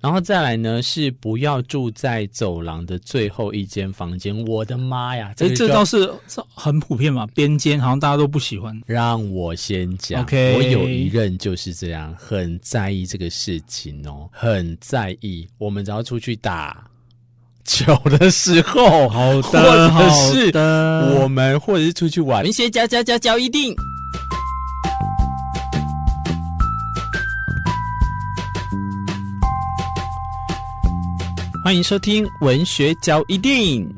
然后再来呢是不要住在走廊的最后一间房间。我的妈呀，个哎、这就倒是这很普遍嘛，边间好像大家都不喜欢。让我先讲 OK 我有一任就是这样，很在意这个事情哦，很在意。我们只要出去打球的时候， 好或者是的呃我们或者是出去玩，文学家家家教一定。欢迎收听《文学交一定》。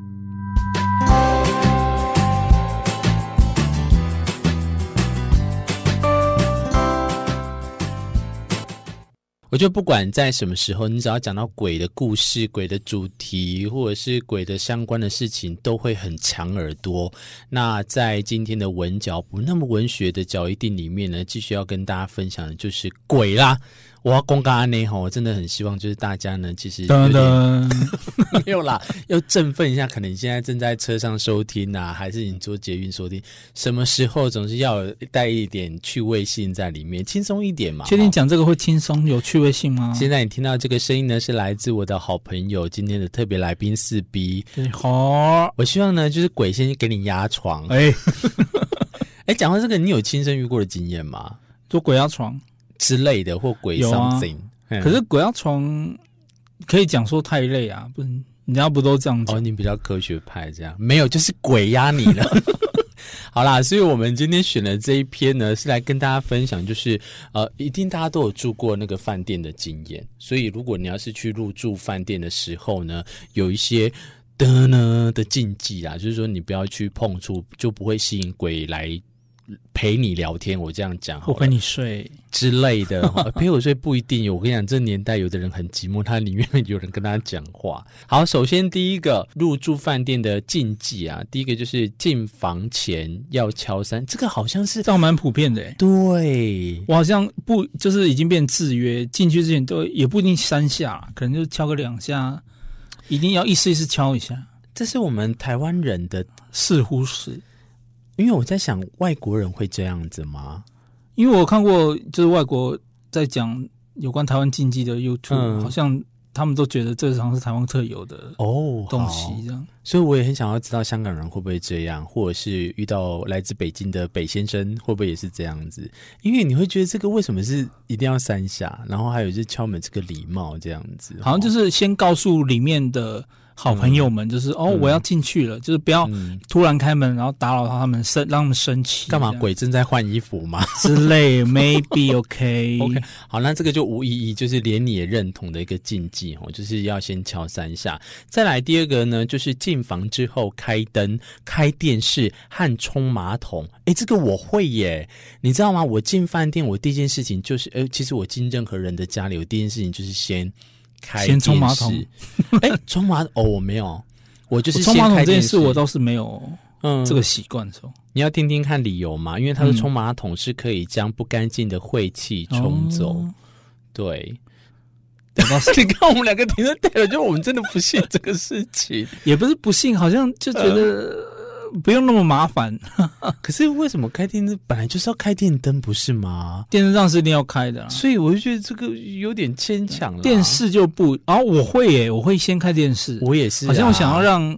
我觉得不管在什么时候，你只要讲到鬼的故事、鬼的主题，或者是鬼的相关的事情，都会很抢耳朵。那在今天的文角不那么文学的角一定里面呢，继续要跟大家分享的就是鬼啦。我要公告安内吼，我真的很希望就是大家呢，其实有噔点 噔，没有啦，要振奋一下。可能你现在正在车上收听啊，还是你做捷运收听，什么时候总是要有带一点趣味性在里面，轻松一点嘛。确定哦讲这个会轻松有趣味性吗？现在你听到这个声音呢，是来自我的好朋友今天的特别来宾四 B。好，我希望呢，就是鬼先给你压床。哎、哎，讲到这个，你有亲身遇过的经验吗？做鬼压床，之类的或鬼有啊 something？、嗯可是鬼压床可以讲说太累啊，不然人家不都这样讲？哦，你比较科学派，这样没有就是鬼压你了。 好啦，所以我们今天选的这一篇呢，是来跟大家分享，就是呃，一定大家都有住过那个饭店的经验，所以如果你要是去入住饭店的时候呢，有一些。的呢的禁忌啊，就是说你不要去碰触，就不会吸引鬼来陪你聊天。我这样讲好我了，跟你睡，之类的。 呃陪我睡不一定有，我跟你讲，这年代有的人很寂寞，他宁愿有人跟他讲话。好，首先第一个入住饭店的禁忌啊，第一个就是进房前要敲三，这个好像是这样蛮普遍的、欸。对。我好像不就是已经变制约，进去之前都也不一定三下，可能就敲个两下，一定要一次一次敲一下，这是我们台湾人的，似乎是。因为我在想，外国人会这样子吗？因为我看过就是外国在讲有关台湾禁忌的 YouTube，、嗯好像他们都觉得这好像是台湾特有的哦，东好西这样。所以我也很想要知道香港人会不会这样，或者是遇到来自北京的北先生会不会也是这样子？因为你会觉得这个为什么是一定要三下，然后还有就是敲门这个礼貌这样子，好像就是是先告诉里面的好朋友嗯们，就是、哦我要进去了，就是不要突然开门，然后打扰到他们生让他们生气，干嘛这样鬼正在换衣服吗？之类 ？Maybe OK OK，好，那这个就无意义，就是连你也认同的一个禁忌哦，就是要先敲三下。再来第二个呢，就是进房之后开灯、开电视和冲马桶。诶，这个我会耶，你知道吗？我进饭店，我第一件事情就是，呃，其实我进任何人的家里，我第一件事情就是先开先冲电马桶视。诶，冲马桶哦，我没有，我就是我冲先马桶开这件电事，视我倒是没有嗯这个习惯，说、你要听听看理由嘛，因为他说嗯冲马桶是可以将不干净的晦气嗯冲走，哦对。我 倒是你看我们两个停在对了，就我们真的不信这个事情。也不是不信，好像就觉得呃不用那么麻烦。 可是为什么开电灯本来就是要开电灯，不是吗？电视上是一定要开的啦，啊所以我就觉得这个有点牵强了。电，视就不。然、后我会耶，我会先开电视，我也是啊、好像我想要让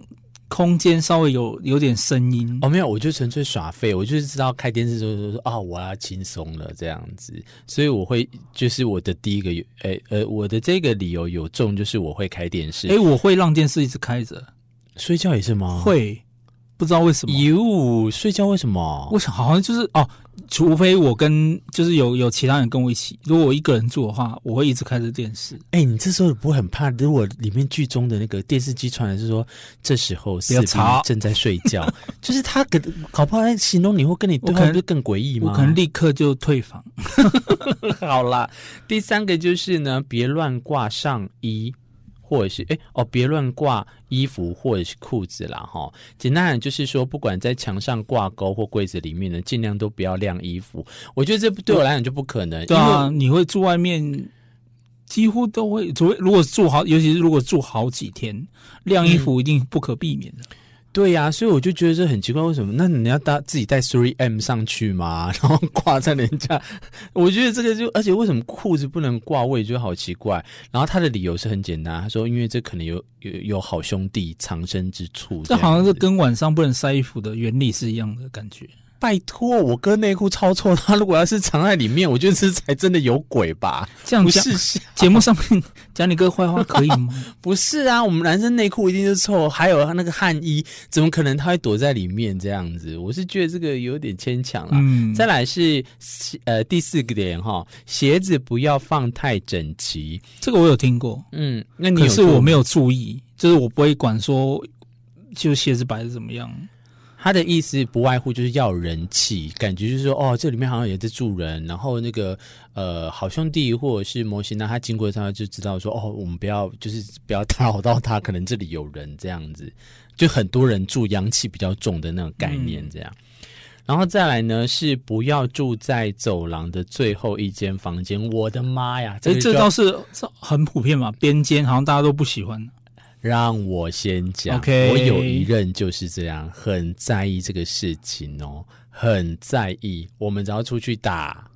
空间稍微有有点声音。哦，没有，我就纯粹耍废，我就是知道开电视之后就说啊、我要轻松了这样子，所以我会就是我的第一个，诶呃，我的这个理由有中，就是哦我会开电视。哎、我会让电视一直开着，睡觉也是吗？会不知道为什么。哟，睡觉为什么？我想好像就是哦，除非我跟就是有有其他人跟我一起，如果我一个人住的话，我会一直开着电视。哎、你这时候不会很怕？如果里面剧中的那个电视机传来是说，这时候四要 B 吵正在睡觉，就是他可搞不好在形容你或跟你对我话，不可能是更诡异吗？我可能立刻就退房。 好啦。第三个就是呢，别乱挂上衣，或者是哎、哦，别乱挂衣服或者是裤子啦哈。简单点就是说，不管在墙上挂钩或柜子里面呢，尽量都不要晾衣服。我觉得这对我来讲就不可能，对因为啊，你会住外面，几乎都嗯会，除非如果住好，尤其是如果住好几天，晾衣服一定不可避免的。对呀、所以我就觉得这很奇怪，为什么？那你要搭自己带 Three M 上去嘛， 然后挂在人家， 我觉得这个就，而且为什么裤子不能挂，我也觉得好奇怪。然后他的理由是很简单，他说因为这可能有有有好兄弟藏身之处这样子。好像是跟晚上不能晒衣服的原理是一样的感觉。拜托，我哥内裤超臭，他如果要是藏在里面，我觉得这才真的有鬼吧？这样不讲是像节目上面讲你哥坏话可以 吗？不是啊，我们男生内裤一定是臭，还有那个汗衣，怎么可能他会躲在里面这样子？我是觉得这个有点牵强啊啦。嗯，再来是鞋呃第四个点哈，鞋子不要放太整齐。这个我有听过，嗯，那你可有是我没有有注意，就是我不会管说就鞋子摆的怎么样。他的意思不外乎就是要有人气，感觉就是说哦，这里面好像也在住人，然后那个呃好兄弟或者是模型呢，他经过他就知道说哦，我们不要就是不要打扰到他，可能这里有人这样子，就很多人住阳气比较重的那种概念这样。然后再来呢，是不要住在走廊的最后一间房间。我的妈呀，个哎、就这倒是这很普遍嘛，边间好像大家都不 喜欢。让我先讲 OK 我有一任就是这样，很在意这个事情哦，很在意。我们只要出去打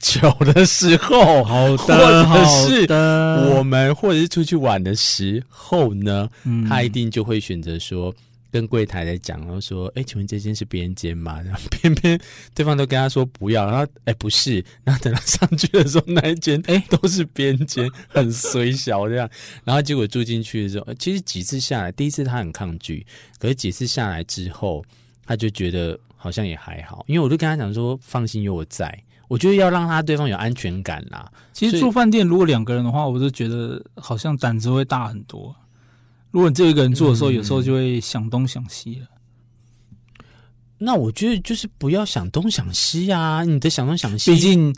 球的时候，好或者是的，我们或者是出去玩的时候呢，嗯他一定就会选择说。跟柜台来讲，然后说：“哎，请问这间是别人间吗？” 然后偏偏对方都跟他说不要，然后哎不是，然后等他上去的时候，那一间哎都是边间，很随小这样。然后结果住进去的时候，呃其实几次下来，第一次他很抗拒，可是几次下来之后，他就觉得好像也还好，因为我就跟他讲说：“放心，有我在。”我觉得要让他对方有安全感啦，其所实以住饭店如果两个人的话，我就觉得好像胆子会大很多。如果你只有一个人住的时候，有时候就会想东想西了。那我觉得就是不要想东想西啊，你的想东想西，毕竟，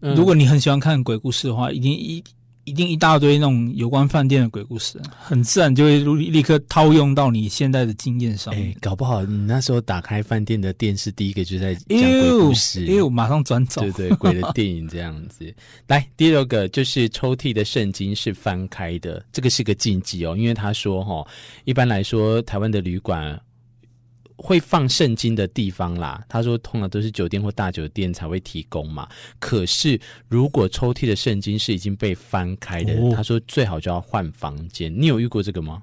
嗯如果你很喜欢看鬼故事的话，一定一一定一大堆那种有关饭店的鬼故事，很自然就会立立刻套用到你现在的经验上哎、面。搞不好你那时候打开饭店的电视，第一个就在讲鬼呦故事，哎呦，马上转走对。对，鬼 的电影这样子。来，第六个就是抽屉的圣经是翻开的，这个是个禁忌哦，因为他说哈、一般来说台湾的旅馆。会放圣经的地方啦，他说通常都是酒店或大酒店才会提供嘛。可是如果抽屉的圣经是已经被翻开的，哦他说最好就要换房间。你有遇过这个吗？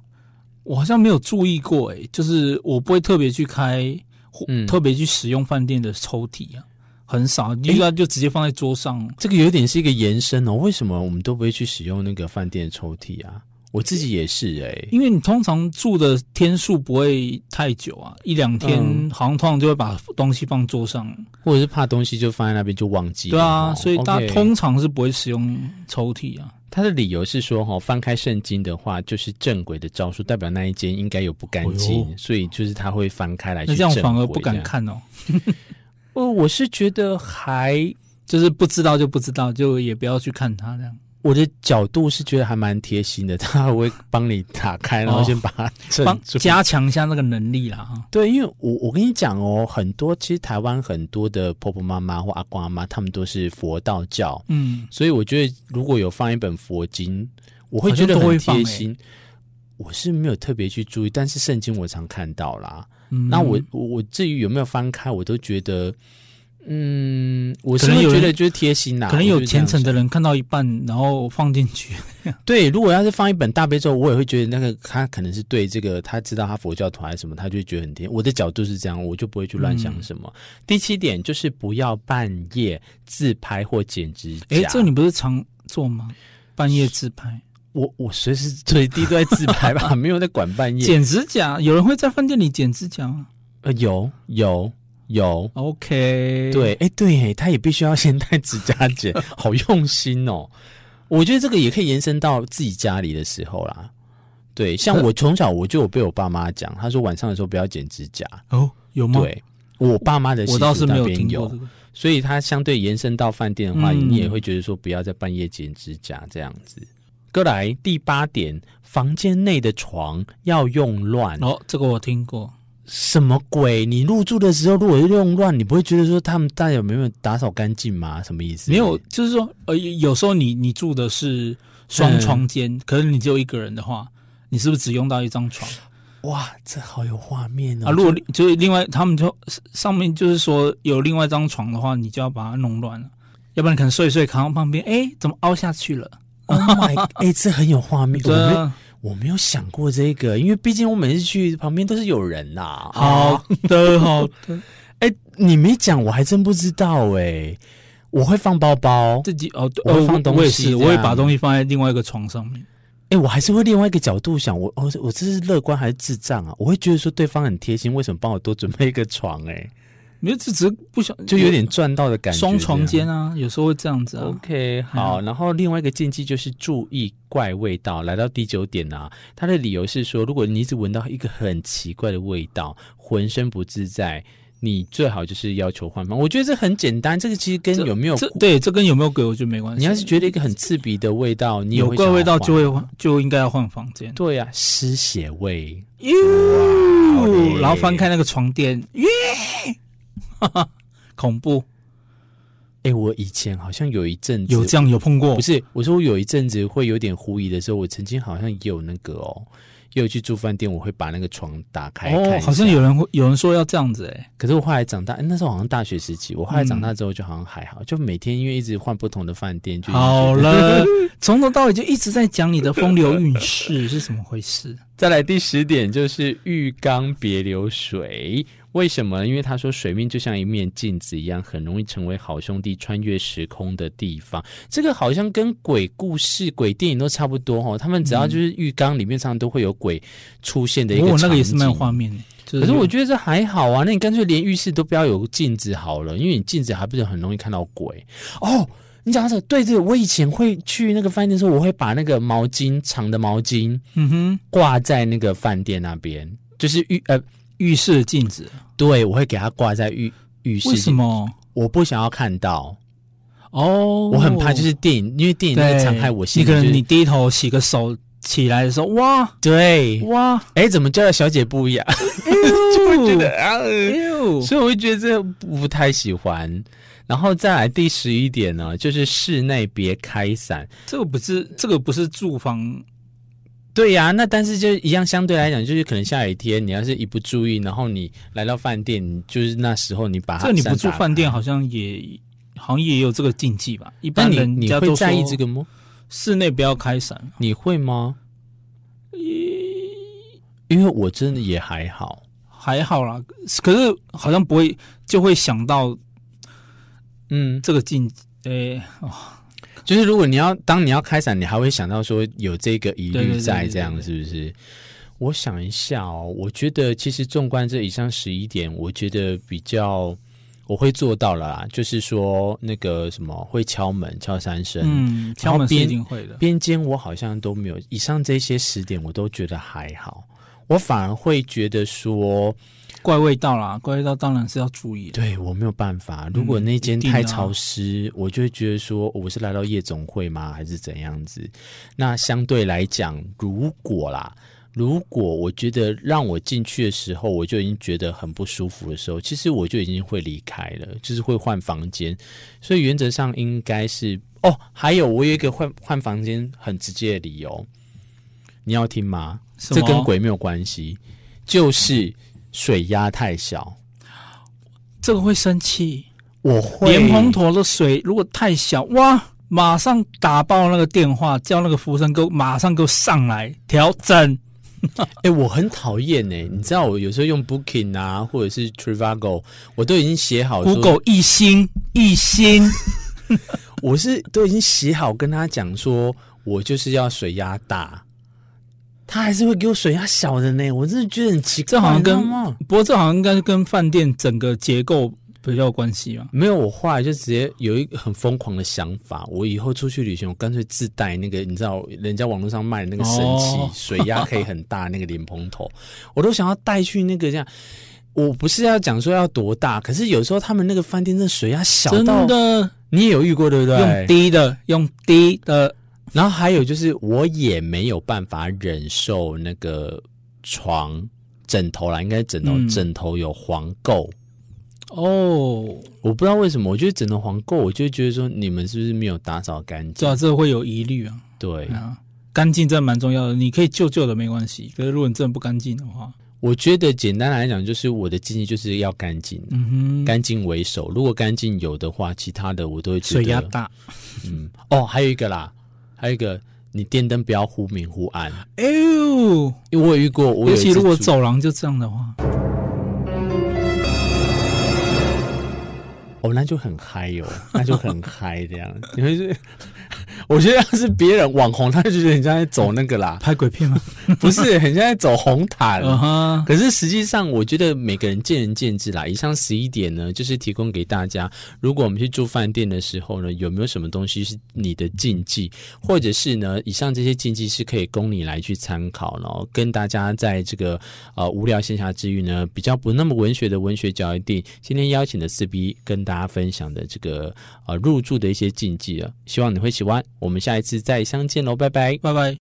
我好像没有注意过、哎，就是我不会特别去开，或嗯哎特别去使用饭店的抽屉啊，很少，遇到就直接放在桌上。这个有点是一个延伸哦。为什么我们都不会去使用那个饭店的抽屉啊？我自己也是哎、因为你通常住的天数不会太久啊，一两天，嗯好像通常就会把东西放桌上。或者是怕东西就放在那边就忘记了对哦。啊，所以大 OK 家通常是不会使用抽屉啊。他的理由是说哈、翻开圣经的话就是正轨的招数，代表那一间应该有不干净，哎呦所以就是他会翻开来去那这样正反而轨不这敢样。看哦，哦，我是觉得还就是不知道就不知道，就也不要去看它这样。我的角度是觉得还蛮贴心的，他还会帮你打开， 然后哦先把它镇帮住。加强一下那个能力啦，哈，对，因为我我跟你讲哦，很多其实台湾很多的婆婆妈妈或阿公阿妈，他们都是佛道教，嗯，所以我觉得如果有放一本佛经，我会觉得好像都很会放欸贴心。我是没有特别去注意，但是圣经我常看到啦。嗯那我我我至于有没有翻开，我都觉得，嗯，我是可能会有觉人得啊就是贴心啦、可能有虔诚的的人看到一半，然后放进去，对，如果要是放一本大悲咒，我也会觉得那个他可能是对这个他知道他佛教团还是什么，他就会觉得很贴。我的角度是这样，我就不会去乱嗯想什么。第七点就是不要半夜自拍或剪指甲。哎，这你不是常做吗？半夜自拍，我我随时随地都在自拍吧， 没有在管半夜。剪指甲，有人会在饭店里剪指甲吗呃，有有有， ？OK，对，，哎、对，哎，他也必须要先带指甲剪，好用心哦。我觉得这个也可以延伸到自己家里的时候啦。对，呃像我从小我就有被我爸妈讲，他说晚上的时候不要剪指甲。哦，有吗？对，我爸妈的习我俗倒是没有那边听过有这，个。所以他相对延伸到饭店的话，嗯你也会觉得说不要在半夜剪指甲这样子。哥来第八点，房间内的床要用乱。哦，这个我听过，什么鬼？你入住的时候如果用乱，你不会觉得说他们大家有没有打扫干净吗？什么意思？没有，就是说，呃，有时候你你住的嗯是双床间，可是你只有一个人的话，你是不是只用到一张床？哇，这好有画面哦！啊，如果就是另外他们就上面就是说有另外一张床的话，你就要把它弄乱了，要不然你可能睡一睡，扛到旁边，哎，怎么凹下去了？ Oh my，哎、 这很有画面，我对没啊我没有想过这个，因为毕竟我每次去旁边都是有人呐、啊好的，好的， 哎、你没讲，我还真不知道哎、我会放包包，自己哦，对我会哦放东西我也是，这样我也把东西放在另外一个床上面。哎、我还是会另外一个角度想，我我我这是乐观还是智障啊？我会觉得说对方很贴心，为什么帮我多准备一个床、哎，没有，这只是不想就有点赚到的感觉。双床间啊，有时候会这样子这啊。样。OK，好，哦然后另外一个禁忌就是注意怪味道。来到第九点啊，他的理由是说，如果你一直闻到一个很奇怪的味道，浑身不自在，你最好就是要求换房。我觉得这很简单，这个其实跟有没有这对这跟有没有鬼，我觉得没关系。你要是觉得一个很刺鼻的味道，你也有会怪想要味道换就会换，就应该要换房间。对呀、啊，湿血味。好嘞哟，然后翻开那个床垫，耶， 恐怖！哎、我以前好像有一阵子有这样有碰过不，是，我说我有一阵子会有点狐疑的时候，我曾经好像也有那个哦，也有去住饭店，我会把那个床打开看哦一，下好像有人会有人说要这样子哎，可是我后来长大，那时候好像大学时期，我后来嗯长大之后就好像还好，就每天因为一直换不同的饭店，就好。了， 从头到尾就一直在讲你的风流韵事 是怎么回事？再来第十点就是浴缸别流水。为什么？因为他说水面就像一面镜子一样，很容易成为好兄弟穿越时空的地方。这个好像跟鬼故事、鬼电影都差不多哦。他们只要就是浴缸里面常常都会有鬼出现的一嗯不个过场景。我那个也是蛮有画面的，就可是我觉得这还好啊，那你干脆连浴室都不要有镜子好了，因为你镜子还不是很容易看到鬼哦。你讲到这个，对对，我以前会去那个饭店的时候，我会把那个毛巾长的毛巾嗯哼，挂在那个饭店那边，就是浴呃，浴室的镜子对我会给它挂在浴浴室。为什？么？我不想要看到，哦，我很怕就是电影，因为电影那对个残害我心你里、就可是。能你低头洗个手起来的时候， 哇对，哇，哎，怎么叫小姐不一样？就会觉得 啊。呃呦，所以我会觉得这不太喜欢。然后再来第十一点呢，就是室内别开伞。这个不是这个不是住房，对呀、那但是就一样，相对来讲，就是可能下雨天，你要是一不注意，然后你来到饭店，你就是那时候你把它这你不伞住打饭店开，好像也好像也有这个禁忌吧？一那般你人你家会都在意这个个吗？室内不要开伞， 你会吗？因为我真的也还好，还好啦。可是好像不会就会想到嗯，这个禁忌，诶、哦就是如果你要当你要开伞，你还会想到说有这个疑对对虑对在，对对这样对是不是？我想一下哦，我觉得其实纵观这以上十一点，我觉得比较我会做到了啦，就是说那个什么会敲门敲三声，嗯，敲门是边一定会的。边间我好像都没有，以上这些十点我都觉得还好，我反而会觉得说，怪味道啦，怪味道当然是要注意的。对我没有办法。如果嗯那间一定太的啊潮湿，我就会觉得说哦我是来到夜总会吗，还是怎样子？那相对来讲，如果啦，如果我觉得让我进去的时候，我就已经觉得很不舒服的时候，其实我就已经会离开了，就是会换房间。所以原则上应该是哦，还有我有一个换换房间很直接的理由，你要听吗？什这跟么鬼没有关系，就是水压太小。这个会生气，我会莲蓬头的水如果太小，哇，马上打爆那个电话，叫那个服务生给我马上给我上来调整。哎、我很讨厌哎，你知道我有时候用 Booking 啊，或者是 Trivago，我都已经写好说 Google 一星一星，我是都已经写好跟他讲说，我就是要水压大，他还是会给我水压小的呢，我真的觉得很奇怪，这好像你跟知道吗不过这好像应该是跟饭店整个结构比较有关系吧？没有，我后来就直接有一个很疯狂的想法，我以后出去旅行，我干脆自带那个，你知道，人家网络上卖的那个神器，哦水压可以很大那个莲蓬头，我都想要带去那个这样。我不是要讲说要多大，可是有时候他们那个饭店的水压小真到，的你也有遇过对不用对？低的，用低的，然后还有就是，我也没有办法忍受那个床枕头啦，应该是枕头、嗯枕头有黄垢，哦，我不知道为什么，我觉得枕头黄垢，我就觉得说你们是不是没有打扫干知道净？这会有疑虑啊。对，啊，干净真的蛮重要的，你可以旧旧的没关系，可是如果你真的不干净的话，我觉得简单来讲，就是我的建议就是要干净，嗯哼，干净为首。如果干净有的话，其他的我都会觉水压得，大。嗯，哦，还有一个啦，还有一个，你电灯不要忽明忽暗，哎呦，因为我有遇过，我有尤一其次如果住走廊就这样的话，哦，那就很嗨哟、那就很嗨这样。你会是， 我觉得要是别人网红，他就觉得你像在走那个 啦，拍鬼 片吗？啊不是，很像在走红毯。嗯哼，可是实际上，我觉得每个人见仁见智啦。以上十一点呢，就是提供给大家，如果我们去住饭店的时候呢，有没有什么东西是你的禁忌，或者是呢，以上这些禁忌是可以供你来去参考，然后跟大家在这个呃无聊闲暇之余呢，比较不那么文学的文学角一定，今天邀请的四 B 跟大家分享的这个呃入住的一些禁忌啊，希望你会喜欢。我们下一次再相见喽，拜拜。拜拜。